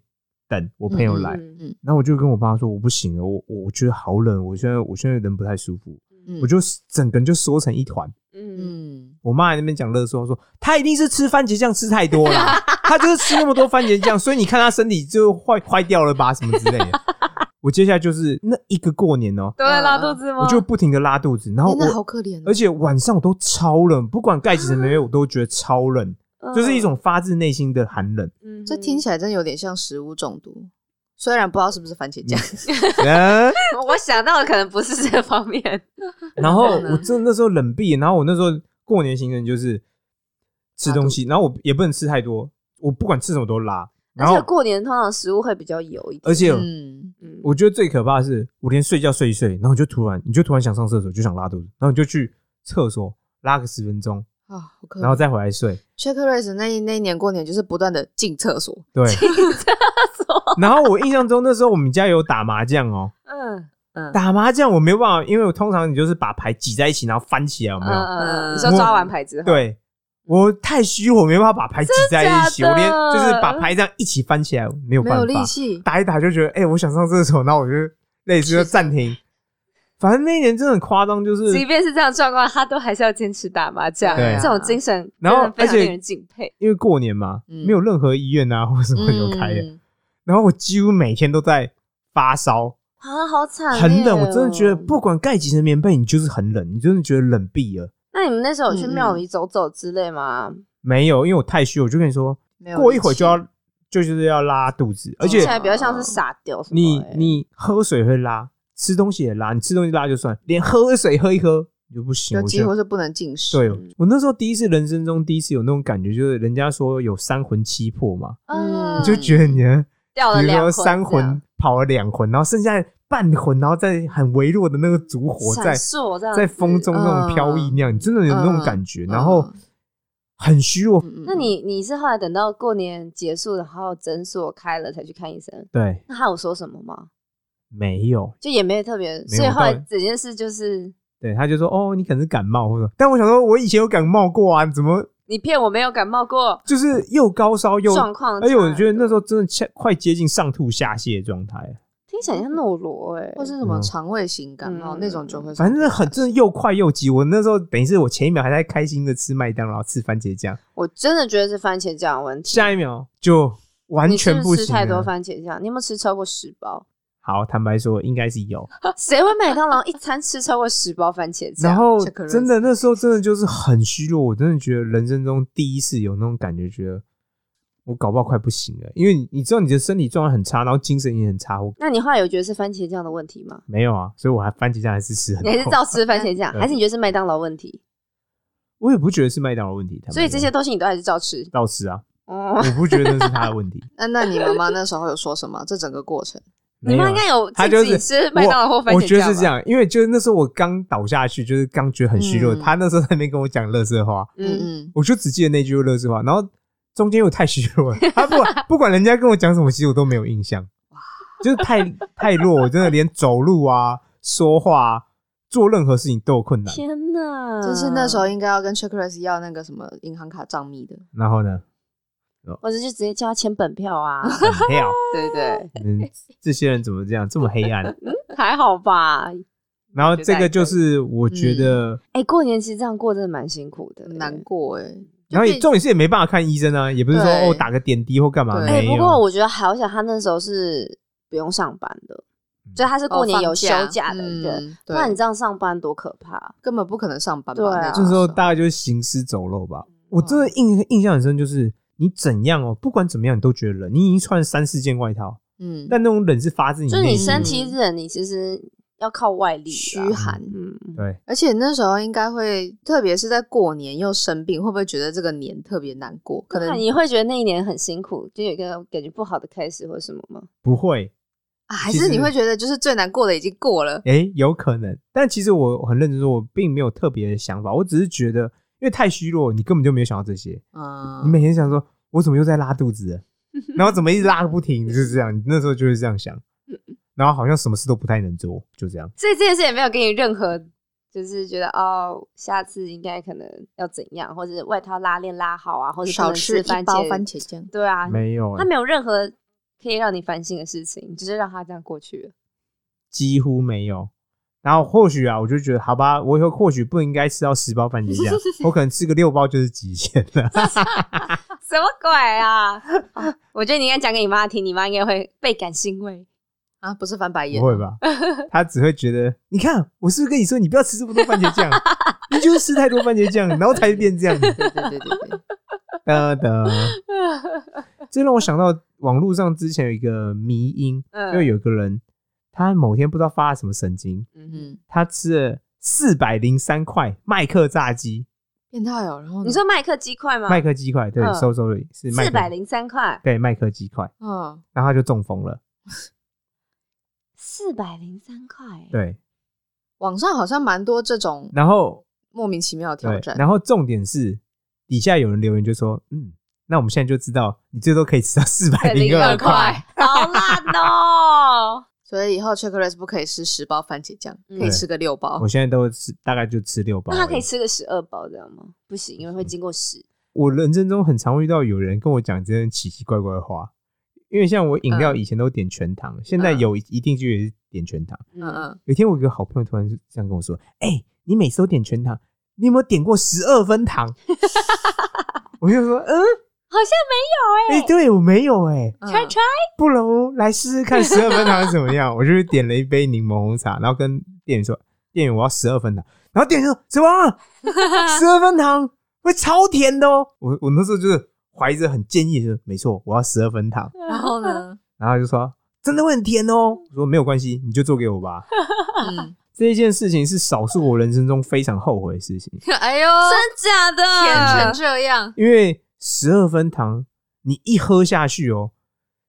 S2: 等我朋友来，
S3: 嗯
S4: 嗯
S2: 然后我就跟我爸说：“我不行了，我我觉得好冷，我现在我现在人不太舒服，
S4: 嗯
S2: 我就整个人就缩成一团。”
S3: 嗯
S4: 嗯，
S2: 我妈在那边讲乐说，说她一定是吃番茄酱吃太多了，
S4: [laughs]
S2: 她就是吃那么多番茄酱，所以你看她身体就坏坏掉了吧，什么之类的。我接下来就是那一个过年哦、
S3: 都在拉肚子吗？
S2: 我就不停的拉肚子，然后
S4: 啊天哪，
S2: 我
S4: 好可怜哦。
S2: 而且晚上我都超冷，不管盖几
S4: [laughs]
S2: 层棉被，我都觉得超冷，
S4: 嗯
S2: 就是一种发自内心的寒冷。 [laughs]
S3: 嗯，
S4: 这听起来真有点像食物中毒，虽然不知道是不是番茄酱。
S2: 嗯
S3: [laughs] 我想到的可能不是这方面。
S2: 然后
S4: 呢
S2: 我
S3: 啊
S2: 真的那时候冷毙，然后我那时候过年行程就是吃东西，然后我也不能吃太多，我不管吃什么都拉。 [laughs] 然
S3: 而且
S2: 后，
S3: 过年通常食物会比较油一点，
S2: 而且
S4: 嗯，
S3: 嗯
S2: 我觉得最可怕的是，我连睡觉睡一睡，然后就突然你就突然想上厕所，就想拉肚子，然后你就去厕所拉个十分钟，
S4: 啊，好可
S3: 嗯
S2: 然后再回来睡。
S4: c h e c k Race 那一那一年过年就是不断的进厕所，
S2: 对， [laughs] 然后我印象中那时候我们家有打麻将哦，
S3: 嗯嗯
S2: 打麻将我没有办法，因为我通常你就是把牌挤在一起，然后翻起来，有
S3: 嗯
S2: 没有？
S3: 嗯，你说抓完牌之后，
S2: 对
S4: 嗯
S2: 我太虚，我没办法把牌挤在一起，
S3: 真
S2: 我
S3: 假的
S2: 连就是把牌这样一起翻起来我没有
S4: 没
S2: 办
S4: 有
S2: 法，
S4: 力气。
S2: 打一打就觉得哎、我想上厕所，然后我就类似就暂停。反正那一年真的很夸张，就是
S3: 即便是这样的状况，他都还是要坚持打麻将，
S2: 对啊
S3: 这种精神真
S2: 然后
S3: 的非
S2: 而
S3: 常
S2: 且
S3: 令人敬佩。
S2: 因为过年嘛，
S4: 嗯
S2: 没有任何医院啊或什么有开的，
S4: 嗯
S2: 然后我几乎每天都在发烧，
S3: 啊，好惨烈哦，
S2: 很
S4: 欸
S2: 冷，我真的觉得不管盖几层棉被，你就是很冷，你真的觉得冷毙了。
S3: 那你们那时候有去
S4: 嗯嗯
S3: 庙里走走之类吗？
S2: 没有，因为我太虚，我就跟你说，
S4: 没有
S2: 过一会儿
S4: 力气
S2: 就要就就是要拉肚子，而
S3: 听
S2: 且
S3: 起来比较像是傻屌什么
S2: 你
S3: 欸
S2: 你喝水会拉，吃东西也拉，你吃东西拉就算，连喝水喝一喝你就不行，
S4: 就
S2: 我
S4: 几
S2: 觉
S4: 乎
S2: 得。
S4: 是不能进食。
S2: 对，我那时候第一次人生中第一次有那种感觉，就是人家说有三魂七魄嘛，
S4: 嗯
S2: 你就觉得你的
S3: 掉了
S2: 比如
S3: 两
S2: 说
S3: 魂
S2: 三
S3: 这样
S2: 魂跑了两魂，然后剩下半魂，然后在很微弱的那个烛火在
S3: 闪烁这样子
S2: 在风中那种飘逸那样，你真的有那种感觉，
S4: 嗯
S2: 然后很虚弱。
S4: 嗯嗯
S3: 那你你是后来等到过年结束，然后诊所开了才去看医生？
S2: 对，
S3: 那他有说什么吗？
S2: 没有，
S3: 就也没有特别，
S2: 没有
S3: 所以后来
S2: 当然
S3: 整件事就是
S2: 对，他就说哦，你可能是感冒或者，但我想说，我以前有感冒过啊，怎么
S3: 你骗我没有感冒过，
S2: 就是又高烧又，
S3: 状况。
S2: 而且哎我觉得那时
S3: 候
S2: 候真的切快接近上吐下泻的状态，
S3: 听起来像诺罗哎，
S4: 或是什么
S2: 嗯
S4: 肠胃型感冒
S3: 嗯
S4: 那种就会，
S2: 反正很真的又快又急。我那时候等于是我前一秒还在开心的吃麦当劳吃番茄酱，
S3: 我真的觉得是番茄酱的问题。
S2: 下一秒就完
S3: 你是
S2: 全
S3: 不
S2: 行
S3: 是
S2: 啊
S3: 吃太多
S2: 了。
S3: 番茄酱，你有没有吃超过十包？
S2: 好，坦白说，应该是有。
S3: 谁会麦当劳一餐吃超过十包番茄酱？
S2: 然后
S4: 这个人
S2: 真的那时候真的就是很虚弱，我真的觉得人生中第一次有那种感觉，觉得我搞不好快不行了，因为你你知道你的身体状态很差，然后精神也很差，我
S3: 那你后来有觉得是番茄酱的问题吗？
S2: 没有啊，所以我还番茄酱还是吃很
S3: 你还是
S2: 多，
S3: 照吃番茄酱，
S2: [laughs] 嗯
S3: 还是你觉得是麦当劳问题？
S2: 我也不觉得是麦当劳的问题，他们
S3: 所以这些东西你都还是照吃。
S2: 倒吃啊，
S3: [laughs] 哦，
S2: 我不觉得那是他的
S3: [laughs]
S2: 问题，
S4: 那那你妈妈那时候有说什么？这整个过程，
S2: 没
S3: 你
S2: 有啊
S3: 妈应该有
S2: 他
S3: 禁
S2: 就
S3: 止
S2: 是
S3: 你吃麦当劳或番
S2: 我
S3: 茄
S2: 我觉得
S3: 酱吧
S2: 是这，样，因为就是那时候我刚倒下去，就是刚觉得很虚弱，
S4: 嗯
S2: 他那时候在那边跟我讲乐色话，
S3: [laughs] 嗯，
S4: 嗯
S2: 我就只记得那句乐色话，然后中间又太虚弱了，他不
S3: [laughs]
S2: 管不管人家跟我讲什么，其实我都没有印象，就是太太弱，我真的连走路啊、说话、啊、做任何事情都有困难。
S3: 天哪！
S4: 嗯，就是那时候，应该要跟 Checklist 要那个什么银行卡账密的，
S2: 然后呢，
S3: 或者就直接叫他签本票啊， [laughs]
S2: 很跳，
S4: 对对，
S2: 嗯，这些人怎么这样这么黑
S3: [laughs]
S2: 暗？
S3: 还好吧？
S2: 然后这个就是我觉得，
S3: 哎，过年其实这样过真的蛮辛苦的，欸
S4: 难。过哎。
S2: 然后也
S4: 就
S2: 重点是也没办法看医生啊，也不是说
S4: 对
S2: 哦打个点滴或干嘛，
S4: 对
S3: 哎，
S2: 没
S3: 不
S2: 有。
S3: 过我觉得好想他那时候是不用上班的，
S2: 嗯
S3: 就他是过年有休假的人，，
S4: 哦
S3: 不
S4: 放
S3: 然
S4: 哦嗯
S3: 你
S4: 对，
S3: 这样上班多可怕！啊
S4: 根本不可能上班吧？
S3: 对啊
S4: 那
S2: 这
S4: 种
S2: 时候大概就是行尸走肉吧。
S3: 嗯
S2: 我真的印印象很深，就是你怎样哦，不管怎么样，你都觉得冷。你已经穿了三四件外套，
S4: 嗯，
S2: 但那种冷是发自你
S3: 就是你
S2: 内心
S3: 身体冷，你其实要靠外力
S4: 虚
S3: 啦。
S4: 寒，
S3: 嗯，
S2: 对，
S4: 而且那时候应该会，特别是在过年又生病，会不会觉得这个年特别难过？可能
S3: 那你会觉得那一年很辛苦，就有一个感觉不好的开始或什么吗？
S2: 不会，
S4: 啊，还
S2: 其实
S4: 是你会觉得就是最难过的已经过了，
S2: 诶、有可能。但其实我很认真说，我并没有特别的想法，我只是觉得因为太虚弱，你根本就没有想到这些。你
S4: 嗯，
S2: 每天想说，我怎么又在拉肚
S3: [laughs]
S2: 子了然后怎么一直拉个不停，就是这样。你那时候就是这样想，
S3: 嗯
S2: 然后好像什么事都不太能做，就这样。
S3: 所以这件事也没有给你任何，就是觉得哦，下次应该可能要怎样，或者外套拉链拉好啊，或者不
S4: 少
S3: 能
S4: 吃
S3: 吃
S4: 一
S3: 番
S4: 包
S3: 茄，
S4: 番茄酱，
S3: 对啊，
S2: 没有、欸
S3: 他没有任何可以让你反省的事情，只是让他这样过去了。
S2: 几乎没有。然后或许啊，我就觉得好吧，我以后或许不应该吃到十包番茄
S3: [laughs]
S2: 酱，我可能吃个六包就是极限了。
S3: 什么鬼啊！啊我觉得你应该讲给你妈听，你妈应该会倍感欣慰。
S4: 啊，不是翻白眼，
S2: 不会？吧？他只会觉得，你看我是不是跟你说你不要吃这么多番茄
S3: [laughs]
S2: 酱，你就是吃太多番茄酱，然后才会变这样。
S4: 对对对对对，
S2: 哒哒，这让我想到网络上之前有一个迷因，
S3: 嗯
S2: 因为有个人他某天不知道发了什么神经，
S3: 嗯， [laughs]
S4: 嗯，
S2: 他吃了四百零三块麦克炸鸡，
S3: 嗯
S4: 变态哦。然后呢
S3: 你说麦克鸡块吗？
S2: 嗯麦克鸡块，对
S3: 嗯
S2: ，so sorry，是麦克
S3: 四百零三块，
S2: 对，麦克鸡块，
S4: 嗯，
S2: 然后他就中风了。
S3: 四百零三块，欸
S2: 对，
S4: 网上好像蛮多这种
S2: 然后
S4: 莫名其妙的挑
S2: 对
S4: 战，。
S2: 然后重点是底下有人留言就说，嗯，那我们现在就知道你最多可以吃到四百零二
S4: 402
S2: 块
S4: 块。
S3: 好烂哦！
S4: 所以以后 checklist 不可以吃十包番茄酱，
S3: 嗯
S4: 可以吃个六包
S2: 我。现在都吃，大概就吃六包而
S3: 那
S2: 已。
S3: 他可以吃个十二包这样吗？不行，因为会经过十。
S2: 我人生中很常遇到有人跟我讲这些奇奇怪怪的话，因为像我饮料以前都点全糖，现在有一定就也是点全糖。
S4: 嗯嗯，
S2: 有一天我有一个好朋友突然就这样跟我说：“哎、你每次都点全糖，你有没有点过十二分糖？” [laughs] 我就说：“嗯，
S3: 好像
S1: [laughs]
S3: 欸
S2: 哎、对我没有哎、
S4: 嗯
S3: try try
S2: 不如来试试
S4: [laughs]
S2: 看十二分糖是怎么样。”我就去点了一杯柠檬红茶，然后跟店员说：“店员，我要十二分糖。”然后店员说：“什么？
S4: [laughs]
S2: 十二分糖会超甜的哦。我我那时候就是怀着很坚毅，就是没错，我要十二分糖。
S4: 然
S3: [laughs]
S4: 后呢？
S2: 然后他就说真的会很甜哦。我说没有关系，你就做给我吧。
S4: 嗯，
S2: 这一件事情是少数我人生中非常后悔的事情，
S4: 哎呦，
S3: 真假的？
S4: 甜成这样，
S2: 因为十二分糖你一喝下去哦，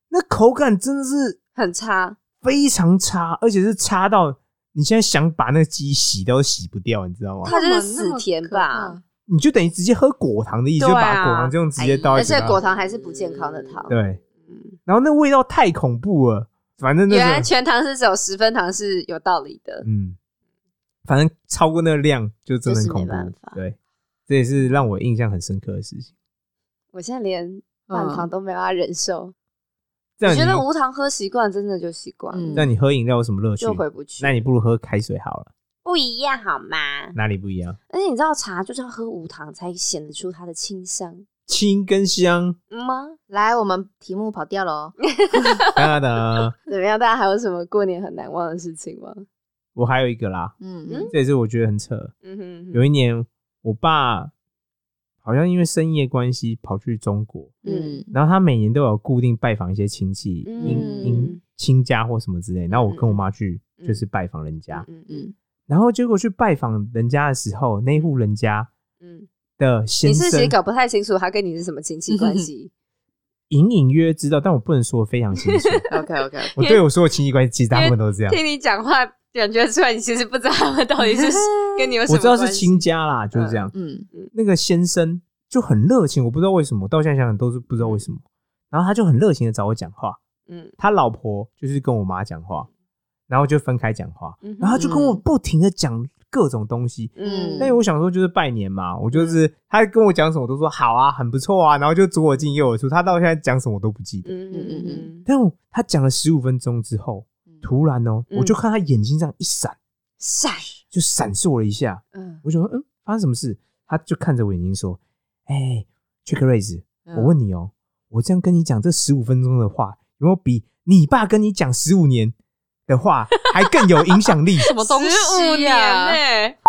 S2: 那口感真的是
S3: 很差，
S2: 非常差，而且是差到你现在想把那个鸡洗都洗不掉，你知道吗？
S3: 它就是
S4: 怎么那么
S3: 死甜
S4: 可
S3: 吧
S4: 怕？
S2: 你就等于直接喝果糖的意思，就
S3: 对
S2: 把
S3: 啊
S2: 果糖就用直接倒在
S3: 而
S2: 嘴
S3: 且
S2: 巴里
S3: 果糖还是不健康的糖。
S2: 对。
S3: 嗯，
S2: 然后那味道太恐怖了，反正那
S3: 原来
S2: 是
S3: 全糖是只有十分糖是有道理的。
S2: 嗯，反正超过那个量就真的很恐
S3: 就是没办
S2: 怖
S3: 法。
S2: 对，这也是让我印象很深刻的事情。
S3: 我现在连半
S4: 嗯
S3: 糖都没办法忍受，
S2: 这
S3: 我觉得
S2: 样
S3: 无糖喝习惯真的就习惯了，
S4: 嗯
S2: 那你喝饮料有什么乐趣
S3: 就？回不去
S2: 那。你不如喝开水好了，
S3: 不一样好吗？
S2: 哪里不一样？
S3: 而且你知道茶就是要喝无糖才显得出它的清香
S2: 清跟香，
S3: 吗？
S4: 来，我们题目跑掉了哦。
S2: 当然，
S3: 怎么样？大家还有什么过年很难忘的事情吗？
S2: 我还有一个啦，
S4: 嗯，
S2: 这也是我觉得很扯。
S3: 嗯哼
S2: 有一年，我爸好像因为生意的关系跑去中国，
S3: 嗯
S4: 嗯
S2: 然后他每年都有固定拜访一些亲戚，
S3: 嗯
S2: 亲亲亲家或什么之类。然后我跟我妈去
S3: 嗯
S2: 就是拜访人家，
S3: 嗯嗯
S4: 嗯
S2: 然后结果去拜访人家的时候，那户人家
S3: 嗯，
S2: 的
S3: 你
S2: 先
S3: 是其
S2: 生
S3: 实搞不太清楚他跟你是什么亲戚关系，
S2: 嗯隐隐约约知道，但我不能说得非常清
S3: [laughs]
S2: 楚。
S4: ，OK OK，
S2: 我对我所有亲戚关系，其实大部分都是这样。
S3: 听你讲话感觉出来，你其实不知道他们到底
S2: [laughs]
S3: [laughs] 是跟你有什
S2: 我
S3: 么
S2: 知道
S3: 关系。
S2: 是亲家啦，就是这样。
S4: [laughs] 嗯
S2: 那个先生就很热情，我不知道为什么，到现在想想都是不知道为什么。然后他就很热情的找我讲话，
S3: 嗯，
S2: 他老婆就是跟我妈讲话，然后就分开讲话，
S3: 嗯哼
S2: 然后就跟我不停的讲各种东西。
S3: 嗯，
S2: 但我想说就是拜年嘛，我就是他跟我讲什么我都说好啊，很不错啊，然后就左我进右我出，他到现在讲什么我都不记得。
S3: 嗯嗯嗯嗯，
S2: 但我他讲了十五分钟之后，突然哦，
S3: 嗯
S2: 我就看他眼睛上一闪，
S3: 晒，
S2: 就闪烁了一下，
S3: 嗯
S2: 我就说嗯，发生什么事？他就看着我眼睛说，哎、c h i c k Raise，
S4: 嗯
S2: 我问你哦，我这样跟你讲这十五分钟的话，有没有比你爸跟你讲十五年的话还更有影响力？
S4: 什么东
S3: 15年
S4: 西啊呀？
S3: 欸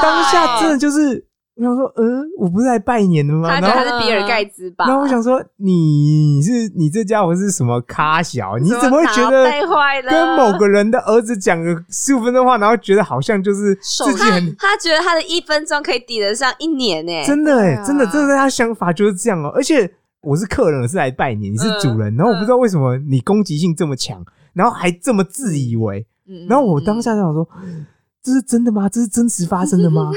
S2: 当下真的就是，我想说，嗯，我不是来拜年的吗？
S3: 他觉
S2: 然
S3: 得
S2: 后
S3: 他，是比尔盖茨吧？
S2: 然后我想说，你是你这家伙是什么咖小？你怎么会觉
S3: 脑袋
S2: 得
S3: 坏了？
S2: 跟某个人的儿子讲个十五分钟话，然后觉得好像就是
S4: 受
S2: 自己很
S3: 他觉得他的一分钟可以抵得上一年欸呢、
S2: 真的哎、
S4: 对啊
S2: 真的，真的，他想法就是这样哦、而且我是客人，我是来拜年，你
S3: 嗯
S2: 是主人，然后我不知道为什么你攻击性这么强，然后还这么自以为，
S4: 嗯
S2: 然后我当下就想说，这是真的吗？这是真实发生的
S3: [laughs]
S2: 吗？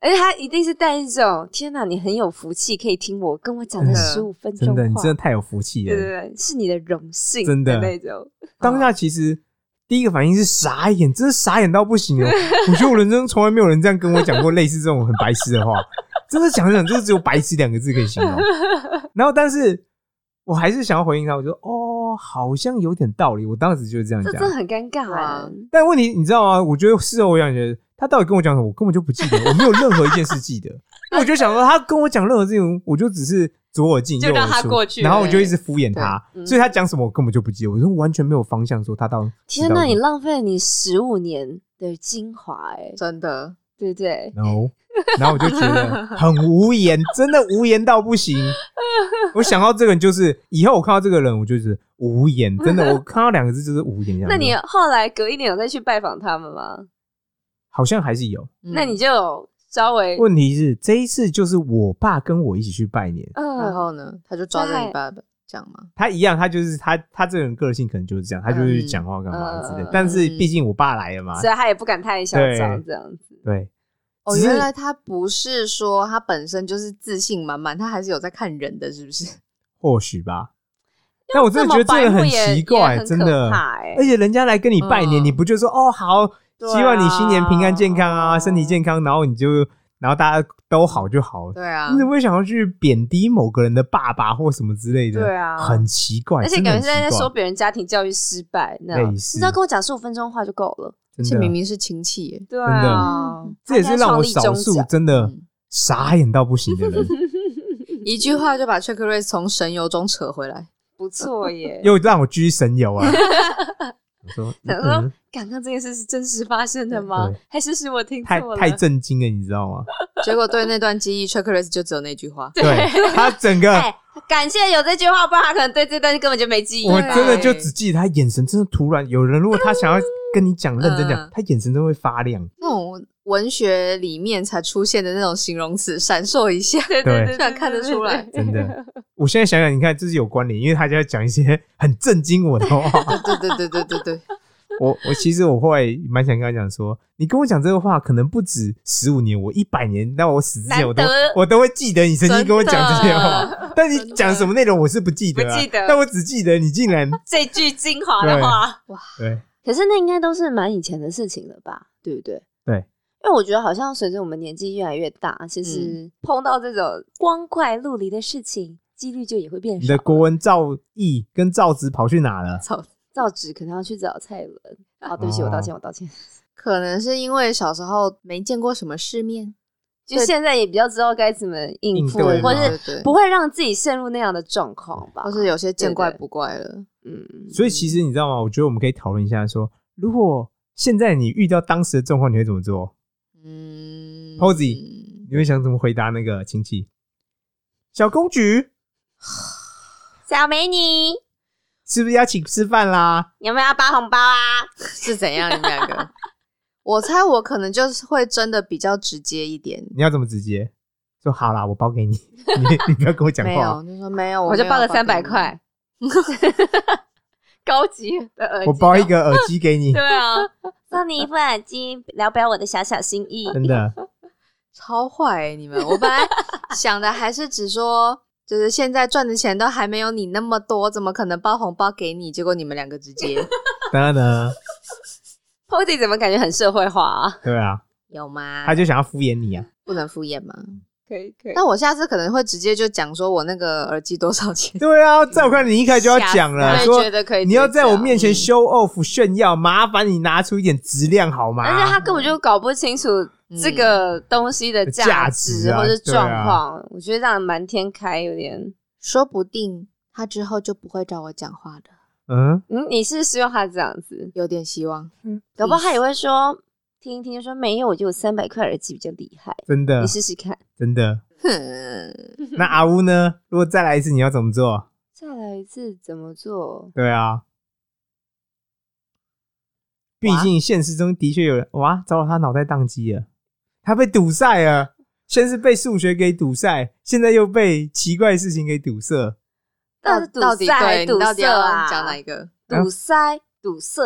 S3: 而且他一定是带一种天哪，你很有福气，可以听我跟我讲
S2: 真
S3: 这
S2: 的
S3: 十五分钟
S2: 真
S3: 话，
S2: 的，你真的太有福气
S3: 对
S2: 了。
S3: 对对，是你的荣幸，
S2: 真的
S3: 那种。
S2: 当
S3: 嗯
S2: 下其实第一个反应是傻眼，真的傻眼到不行哦！我觉得我人生中从来没有人这样跟我讲过类似这种很白痴的话，真的讲着讲就是只有白痴两个字可以形
S3: [laughs]
S2: 容。然后，但是我还是想要回应他，我就说哦，好像有点道理。我当时就是这样
S3: 这
S2: 讲
S3: 真，的很尴尬、啊
S4: 哇，
S2: 但问题你知道吗？我觉得事后我想觉得他到底跟我讲什么，我根本就不记
S3: [laughs]
S2: 得，我没有任何一件事记得。因为我就想说，他跟我讲任何事情，我就只是左耳进
S3: 就
S2: 右耳
S3: 让他
S2: 出
S3: 过去
S2: 然后我
S3: 对
S2: 就一直敷衍他，
S3: 对嗯
S2: 所以他讲什么我根本就不记得，我就完全没有方向，说他到底
S3: 天
S2: 哪，
S3: 哪，你浪费了你十五年的精华、哎，
S4: 真的，
S3: 对不对？
S2: no，然后我就觉得很无言，真的无言到不
S3: [laughs]
S2: 行。我想到这个人就是以后我看到这个人，我就是无言，真的，我看到两个字就是无言。
S3: [laughs] 那你
S2: 想说
S3: 后来隔一年有再去拜访他们吗？
S2: 好像还是有
S4: 嗯
S3: 那你就有稍微
S2: 问题是这一次就是我爸跟我一起去拜年，
S3: 嗯，
S4: 然后呢？他就抓着
S3: 对
S4: 你爸爸讲嘛，
S2: 他一样，他就是他，他这个人个性可能就是这样，他就是讲话干嘛之类的
S3: 嗯。
S2: 但是毕竟我爸来了嘛，
S3: 所以他也不敢太嚣张，这样子。
S2: 对，
S4: 哦，
S2: 只是
S4: 原来他不是说他本身就是自信满满，他还是有在看人的，是 [laughs] 不是？
S2: 或许吧。但我真的觉得这个很奇怪，真的。
S3: 欸
S2: 而且人家来跟你拜年，
S4: 嗯
S2: 你不就说哦好，
S4: 对
S2: 希望你新年平安健康
S4: 啊
S2: 啊，身体健康，然后你就然后大家都好就好了。
S4: 对啊
S2: 你，怎么会想要去贬低某个人的爸爸或什么之类的？
S3: 对啊
S2: 很奇怪，
S3: 而且
S2: 真的
S3: 感
S2: 很
S3: 觉现在在
S2: 奇怪
S3: 说别人家庭教育失败，那
S2: 类
S3: 你
S2: 似啊
S3: 知道跟我讲十五分钟话就够了。
S2: 真
S4: 这
S2: 的
S4: 明明是亲戚耶。
S3: 对
S2: 真的
S3: 啊，
S4: 嗯
S2: 这也是让我少数真的
S4: 嗯
S2: 傻眼到不行的人，
S4: 一句话就把 Chuck Race 从神游中扯回来。
S3: 不错
S2: [laughs]
S3: 耶。
S2: 又让我居神游啊！我说，
S3: 想说
S2: 嗯
S3: 刚刚这件事是真实发生的吗
S2: 对？
S3: 还是是我听
S2: 太
S3: 错了？
S2: 太震惊了，你知道吗？
S4: 结果对那段记忆，Chuck Race 就只有那句话。
S2: 对他整个，
S3: 哎，感谢有这句话，不然他可能对这段根本就没记忆。
S2: 我真的就只记得他眼神，真的突然有人，如果他想要跟你讲认真讲
S4: 嗯，
S2: 他眼神都会发亮。
S4: 那种文学里面才出现的那种形容词，闪烁一下。 [laughs]
S3: 对
S2: 对
S3: 对，
S4: 居然看得出来
S2: 真的。我现在想想，你看这是有关联，因为他就要讲一些很震惊我的
S4: [laughs]
S2: 话。
S4: [laughs] 对对对对对对，
S2: 我我其实我会蛮想跟他讲说，你跟我讲这个话，可能不止十五年，我一百年，到我死之前，我都
S3: 难得
S4: [laughs]
S2: 我都会记得你曾经跟我讲这些
S4: 真
S2: 话。但你讲什么内容，我是不记得、啊，
S3: 不记得
S2: 但我只记得你竟然
S3: 这句精华的话，
S2: 对
S3: 可是那应该都是蛮以前的事情了吧？对不对？
S2: 对。
S3: 因为我觉得好像随着我们年纪越来越大，其实碰到这种光怪陆离的事情，几率就也会变
S2: 你的
S3: 少。
S2: 国文造诣哎跟造纸跑去哪了？
S4: 操！
S3: 造纸可能要去找蔡伦。哦，对不起，我道歉，我道歉。
S4: 可能是因为小时候没见过什么世面，
S3: 就现在也比较知道该怎么应付，
S2: 应对
S3: 或
S2: 嘛
S3: 是
S4: 对对，
S3: 不会让自己陷入那样的状况吧
S4: 或。是有些见怪
S3: 对对
S4: 不怪了。
S3: 嗯，
S2: 所以其实你知道吗？我觉得我们可以讨论一下说如果现在你遇到当时的状况，你会怎么做？
S4: 嗯
S2: Posy 你会想怎么回答那个亲戚？小公举
S3: 小美女
S2: 是不是要请吃饭啦？
S3: 有没有要包红包啊？
S4: [laughs] 是怎样？你们两个？ [laughs] 我猜我可能就是会真的比较直接一点，
S2: 你要怎么直接说好啦，我包给你， [laughs] 你你不要跟我讲
S4: 没
S2: 话
S4: 有，，就说没有，
S3: 我就
S4: 没有
S3: 包个
S4: 给
S3: 三
S4: 你
S3: 百，块， [laughs] 高级的耳机，啊
S2: 我包一个
S4: 哦
S2: 耳机给你
S4: [laughs]
S3: 对，啊， [laughs] 送你一副耳机，聊表我的小小心意。
S2: 真的。
S4: 超坏欸、你们！我本 [laughs] 来想的还是只说，就是现在赚的钱都还没有你那么多，怎么可能包红包给你？结果你们两个直 [laughs] 接
S2: 当然呢，
S3: Posy 怎么感觉很社会化啊？
S2: 对啊，
S4: 有吗？
S2: 他就想要敷衍你啊。
S4: 不能敷衍吗？
S3: 可以可以
S4: 那我下次可能会直接就讲说我那个耳机多少
S2: [laughs]
S4: 钱，[laughs]
S2: 对啊，在我看来你一开始就要讲了，
S4: 吓死我
S2: 说
S4: 也觉得嗯可以
S2: 你要在我面前
S4: 直
S2: show off 炫耀，麻烦你拿出一点质量好吗？
S3: 而且他根本就搞不清楚这个东西的价
S2: 嗯价值
S3: 值
S2: 啊
S3: 或是状
S2: 对
S3: 况，我觉得让人瞒天开有点。
S4: 说不定他之后就不会找我讲话了，
S2: 嗯，
S3: 嗯，你是希望他这样子？
S4: 有点希望。
S3: 搞不好他也会说，听一听就说没有，我觉得我三百块耳机比较厉害，
S2: 真的
S3: 你，试试看。
S2: 真
S4: [laughs]
S2: 的。
S4: 哼，
S2: 那阿乌呢？如果再来一次，你要怎么做？
S3: 再来一次怎么做？
S2: 对啊，毕竟现实中的确有人哇，糟了，他脑袋宕机了，他被堵塞了。先是被数学给堵塞，现在又被奇怪的事情给堵塞。
S3: 到底堵
S4: 到底
S3: 塞
S4: 对你
S3: 堵
S4: 到底
S3: 塞
S4: 要
S3: 啊
S4: 讲哪一 [laughs] 个？
S2: 啊
S3: 堵塞、堵塞，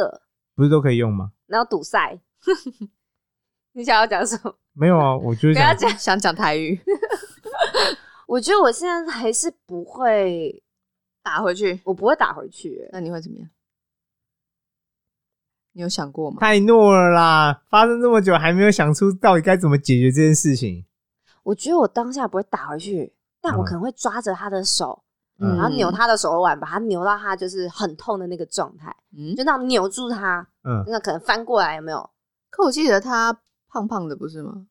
S2: 不是都可以用吗？
S3: 然后堵塞。你想要讲什么？
S2: 没有啊，我就是
S3: 不要
S2: 想，
S3: 讲。
S4: 想讲台语，
S3: 我觉得我现在还是不会，
S4: [laughs] 打回去。
S3: 我不会打回去、欸
S4: 那你会怎么样？你有想过吗？
S2: 太懦了啦！发生这么久还没有想出到底该怎么解决这件事情。
S3: 我觉得我当下不会打回去，但
S2: 嗯
S3: 我可能会抓着他的手，
S2: 嗯
S3: 然后扭他的手腕，把他扭到他就是很痛的那个状态，
S4: 嗯
S3: 就，那样扭住他，
S2: 嗯，
S3: 那可能翻过来有没有？
S4: 可我记得他胖胖的，不是吗？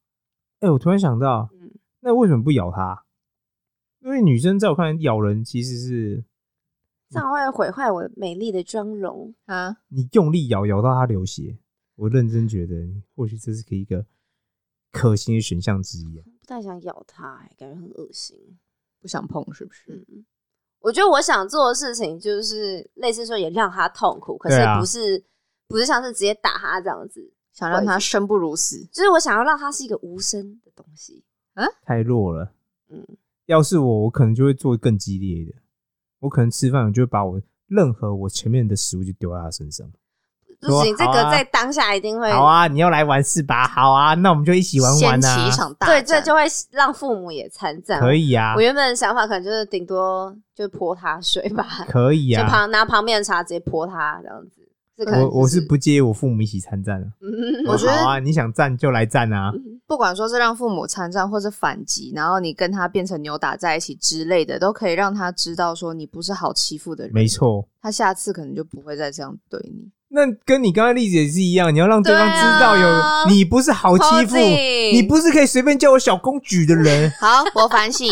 S2: 哎、我突然想到
S3: 嗯，
S2: 那为什么不咬它？因为女生在我看来咬人其实是
S3: 这样会毁坏我美丽的妆容。
S4: 啊，
S2: 你用力咬，咬到它流血。我认真觉得，或许这是一个可行的选项之一啊、
S3: 不太想咬它、欸，感觉很恶心。
S4: 不想碰是不是？
S3: 嗯，我觉得我想做的事情就是类似说也让他痛苦，可是
S2: 对啊
S3: 不是、不是像是直接打他这样子，
S4: 想让他生不如死。
S3: 就是我想要让他是一个无声的东西。
S2: 太弱了。
S3: 嗯，
S2: 要是我，我可能就会做更激烈的。我可能吃饭，我就会把我任何我前面的食物就丢在它身上。
S3: 不行，这
S2: 说好啊
S3: 个在当下一定会，
S2: 好啊，你要来玩是吧？好啊，那我们就一起玩
S4: 掀
S2: 玩
S4: 起一
S2: 啊，
S4: 场大
S3: 对，
S4: 战，
S3: 这就会让父母也参战。
S2: 可以啊
S3: 我，原本的想法可能就是顶多就泼他水吧，
S2: [laughs] 可以
S3: 就
S2: 啊。
S3: 旁拿旁边的茶直接泼他这样子。这可能
S2: 我我
S3: 就是
S2: 不介意我父母一起参战啊。
S3: 嗯
S4: 我觉得
S2: 好啊，你想战就来战啊。
S4: 不管说是让父母参战，或是反击，然后你跟他变成扭打在一起之类的，都可以让他知道说你不是好欺负的人。
S2: 没，错，
S4: 他下次可能就不会再这样对你。。
S2: 那跟你刚才例子也是一样，你要让对方
S3: 对
S2: 知
S3: 啊
S2: 道有你不是好欺负，
S3: Posy
S2: 你不是可以随便叫我小公举的人
S3: [laughs]
S4: 好，我反省，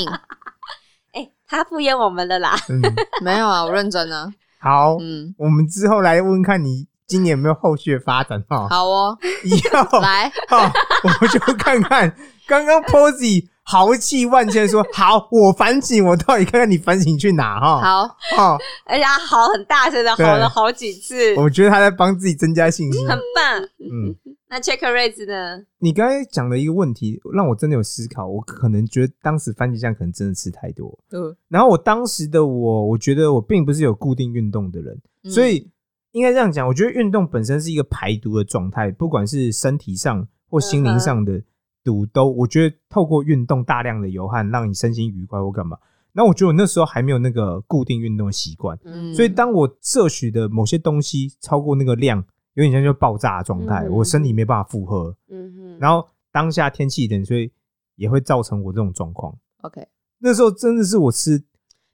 S3: 哎、他敷衍我们了啦。
S2: 嗯，
S4: 没有啊，我认真啊。
S2: 好，
S4: 嗯，
S2: 我们之后来问问看你今年有没有后续的发展哈。
S4: 好
S2: [laughs]
S4: 哦，
S2: 以后
S4: 来，
S2: [laughs] 哈，我们就看看刚刚 Posy 豪气万千地说：“ [laughs] 好，我反省，我到底看看你反省去哪哈。
S4: 好，”
S2: 哈，
S3: 而且他嚎很大声的吼
S2: 对
S3: 了好几次，
S2: 我觉得他在帮自己增加信心。
S3: 很棒。
S2: 嗯，
S3: 那 check raise 呢？
S2: 你刚才讲的一个问题让我真的有思考，我可能觉得当时番茄酱可能真的吃太多。
S4: 嗯
S2: 然后我当时的我，我觉得我并不是有固定运动的人，
S4: 嗯
S2: 所以应该这样讲，我觉得运动本身是一个排毒的状态，不管是身体上或心灵上的毒都，我觉得透过运动大量的流汗，让你身心愉快或干嘛。那我觉得我那时候还没有那个固定运动的习惯，
S3: 嗯，
S2: 所以当我摄取的某些东西超过那个量，有点像就爆炸的状态，
S3: 嗯
S2: 我身体没办法负荷。
S3: 嗯哼，
S2: 然后当下天气冷，所以也会造成我这种状况。
S4: OK，
S2: 那时候真的是我吃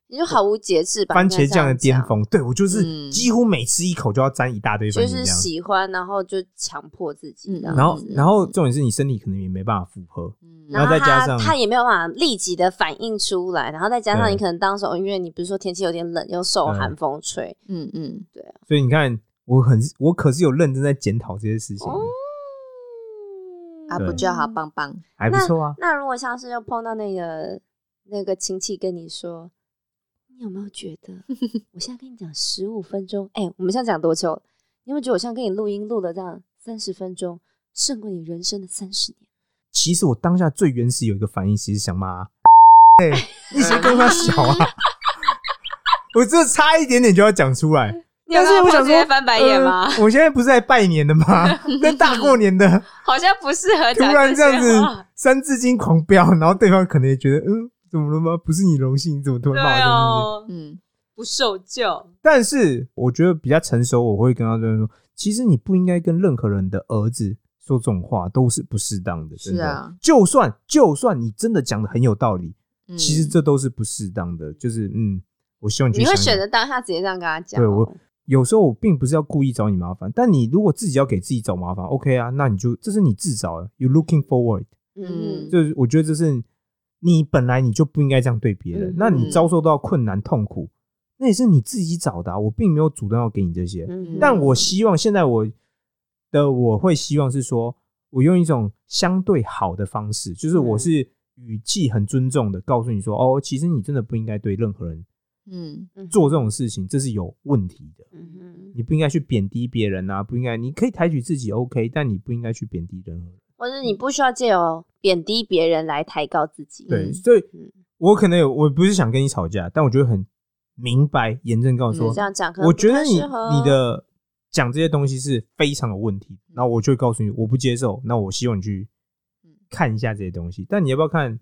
S3: 你就毫无节制吧。
S2: 番茄酱的
S3: 应该这
S2: 巅
S3: 样讲，
S2: 峰，对我就是
S4: 嗯
S2: 几乎每吃一口就要沾一大堆番
S3: 就
S2: 茄
S3: 是
S2: 酱。
S3: 喜欢，然后就强迫自己这样子。
S4: 嗯
S2: 然后，然后重点是你身体可能也没办法负荷，
S4: 嗯
S2: 然后再加上
S3: 他他也没有办法立即的反应出来，然后再加上
S2: 对
S3: 你可能当时哦候，因为你不是说天气有点冷，又受寒风吹，
S4: 嗯嗯，
S2: 所以你看，我很我可是有认真在检讨这些事情的，
S3: 哦
S4: 阿布就好棒棒，
S2: 还不错啊。
S3: 那如果像是又碰到那个那个亲戚跟你说，你有没有觉得 [laughs] 我现在跟你讲十五分钟？哎、我们现在讲多久？你有没有觉得我现在跟你录音录了这样三十分钟，胜过你人生的三十年？
S2: 其实我当下最原始有一个反应，其实想骂，哎，你谁跟他小
S3: [laughs]
S2: 啊？我这差一点点就要讲出来，
S3: 你有
S2: 但是
S3: 看
S2: 我
S3: 到
S2: 想
S3: 直接
S2: 说
S3: 翻白眼吗？
S2: 呃我现在不是在拜年的吗？那大过年的，
S3: 好像不适合
S2: 突
S3: 讲
S2: 然这
S3: 这
S2: 样
S3: 些
S2: 子
S3: 话。
S2: 三字经狂飙，然后对方可能也觉得，嗯，怎么了吗？不是你荣幸，你怎么突
S3: 对
S2: [laughs] 然骂我这件事情？
S3: 哦，
S4: 嗯
S3: 不受教。
S2: 但是我觉得比较成熟，我会跟他这样说，其实你不应该跟任何人的儿子说这种话，都是不适当的。真的
S4: 是啊，
S2: 就算就算你真的讲的很有道理，
S4: 嗯，
S2: 其实这都是不适当的。就是嗯，我希望你去
S3: 你会
S2: 想
S3: 选
S2: 想
S3: 择当下直接这样跟他讲哦？
S2: 对我有时候我并不是要故意找你麻烦，但你如果自己要给自己找麻烦，OK 啊，那你就这是你自找的。You looking forward，
S3: 嗯
S4: 嗯
S2: 就是我觉得这是你本来你就不应该这样对别人，
S3: 嗯
S2: 那你遭受到困难痛苦，那也是你自己找的、啊，我并没有主动要给你这些。
S3: 嗯
S2: 但我希望现在我的我会希望是说，我用一种相对好的方式，就是我
S3: 嗯
S2: 是语气很尊重的告诉你说，哦，其实你真的不应该对任何人
S4: 嗯
S2: 做这种事情，这是有问题的。
S3: 嗯哼，
S2: 你不应该去贬低别人啊，不应该，你可以抬举自己 OK，但你不应该去贬低任何人。
S3: 或者你不需要借由贬低别人来抬高自己。
S2: 对，
S4: 嗯
S2: 所以
S3: 嗯
S2: 我可能有，我不是想跟你吵架，但我觉得很明白，严正告诉
S4: 嗯
S2: 我
S3: 这，样讲可能
S2: 我
S3: 不
S2: 觉得
S3: 太
S2: 你
S3: 适合哦
S2: 你的讲这些东西是非常有问题，然后我就会告诉你我不接受，那我希望你去
S3: 嗯
S2: 看一下这些东西，但你要不要看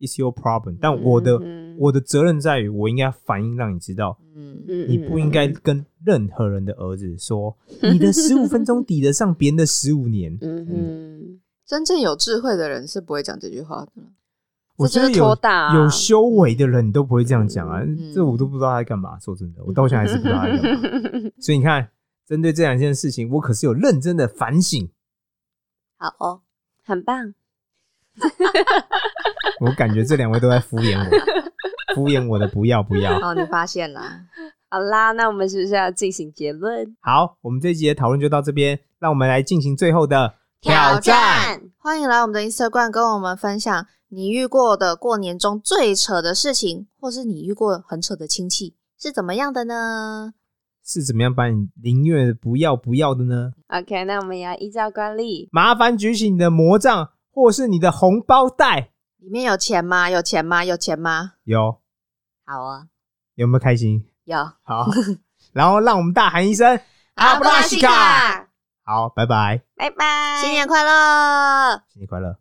S2: ？It's your problem，但我的、
S3: 嗯
S2: 我的责任在于我应该反应让你知道，
S4: 嗯
S3: 嗯
S2: 你不应该跟任何人的儿子说你的十五分钟抵得上别人的十五年。
S3: 嗯哼，
S4: 真正有智慧的人是不会讲这句话的。
S2: 我
S3: 这
S2: 觉
S3: 就
S2: 得
S3: 是
S2: 有
S3: 拖大啊
S2: 有修为的人，你都不会这样讲啊！
S4: 嗯
S2: 这我都不知道他在干嘛。说真的，我到现在还是不知道他在干嘛。
S3: [laughs]
S2: 所以你看，针对这两件事情，我可是有认真的反省。
S4: 好哦，
S3: 很棒。
S2: 我感觉这两位都在敷衍我，敷衍我的不要不要。
S4: 哦，你发现啦，
S3: 好啦，那我们是不是要进行结论？
S2: 好，我们这一集的讨论就到这边，让我们来进行最后的
S4: 挑战。 [laughs] 欢迎来我们的 Instagram 跟我们分享你遇过的过年中最扯的事情，或是你遇过很扯的亲戚是怎么样的呢？
S2: 是怎么样把你凌虐的不要不要的呢？
S3: OK，那我们也要依照惯例，
S2: 麻烦举起你的魔杖或是你的红包袋，
S4: 里面有钱吗？有钱吗？有钱吗？
S2: 有
S4: 好啊，
S2: 有没有开心？
S4: 有。
S2: 好，然后让我们大喊一声。阿布拉西卡。
S4: 好，拜拜，
S5: 拜拜，
S2: 新年快乐！
S4: 新年快乐。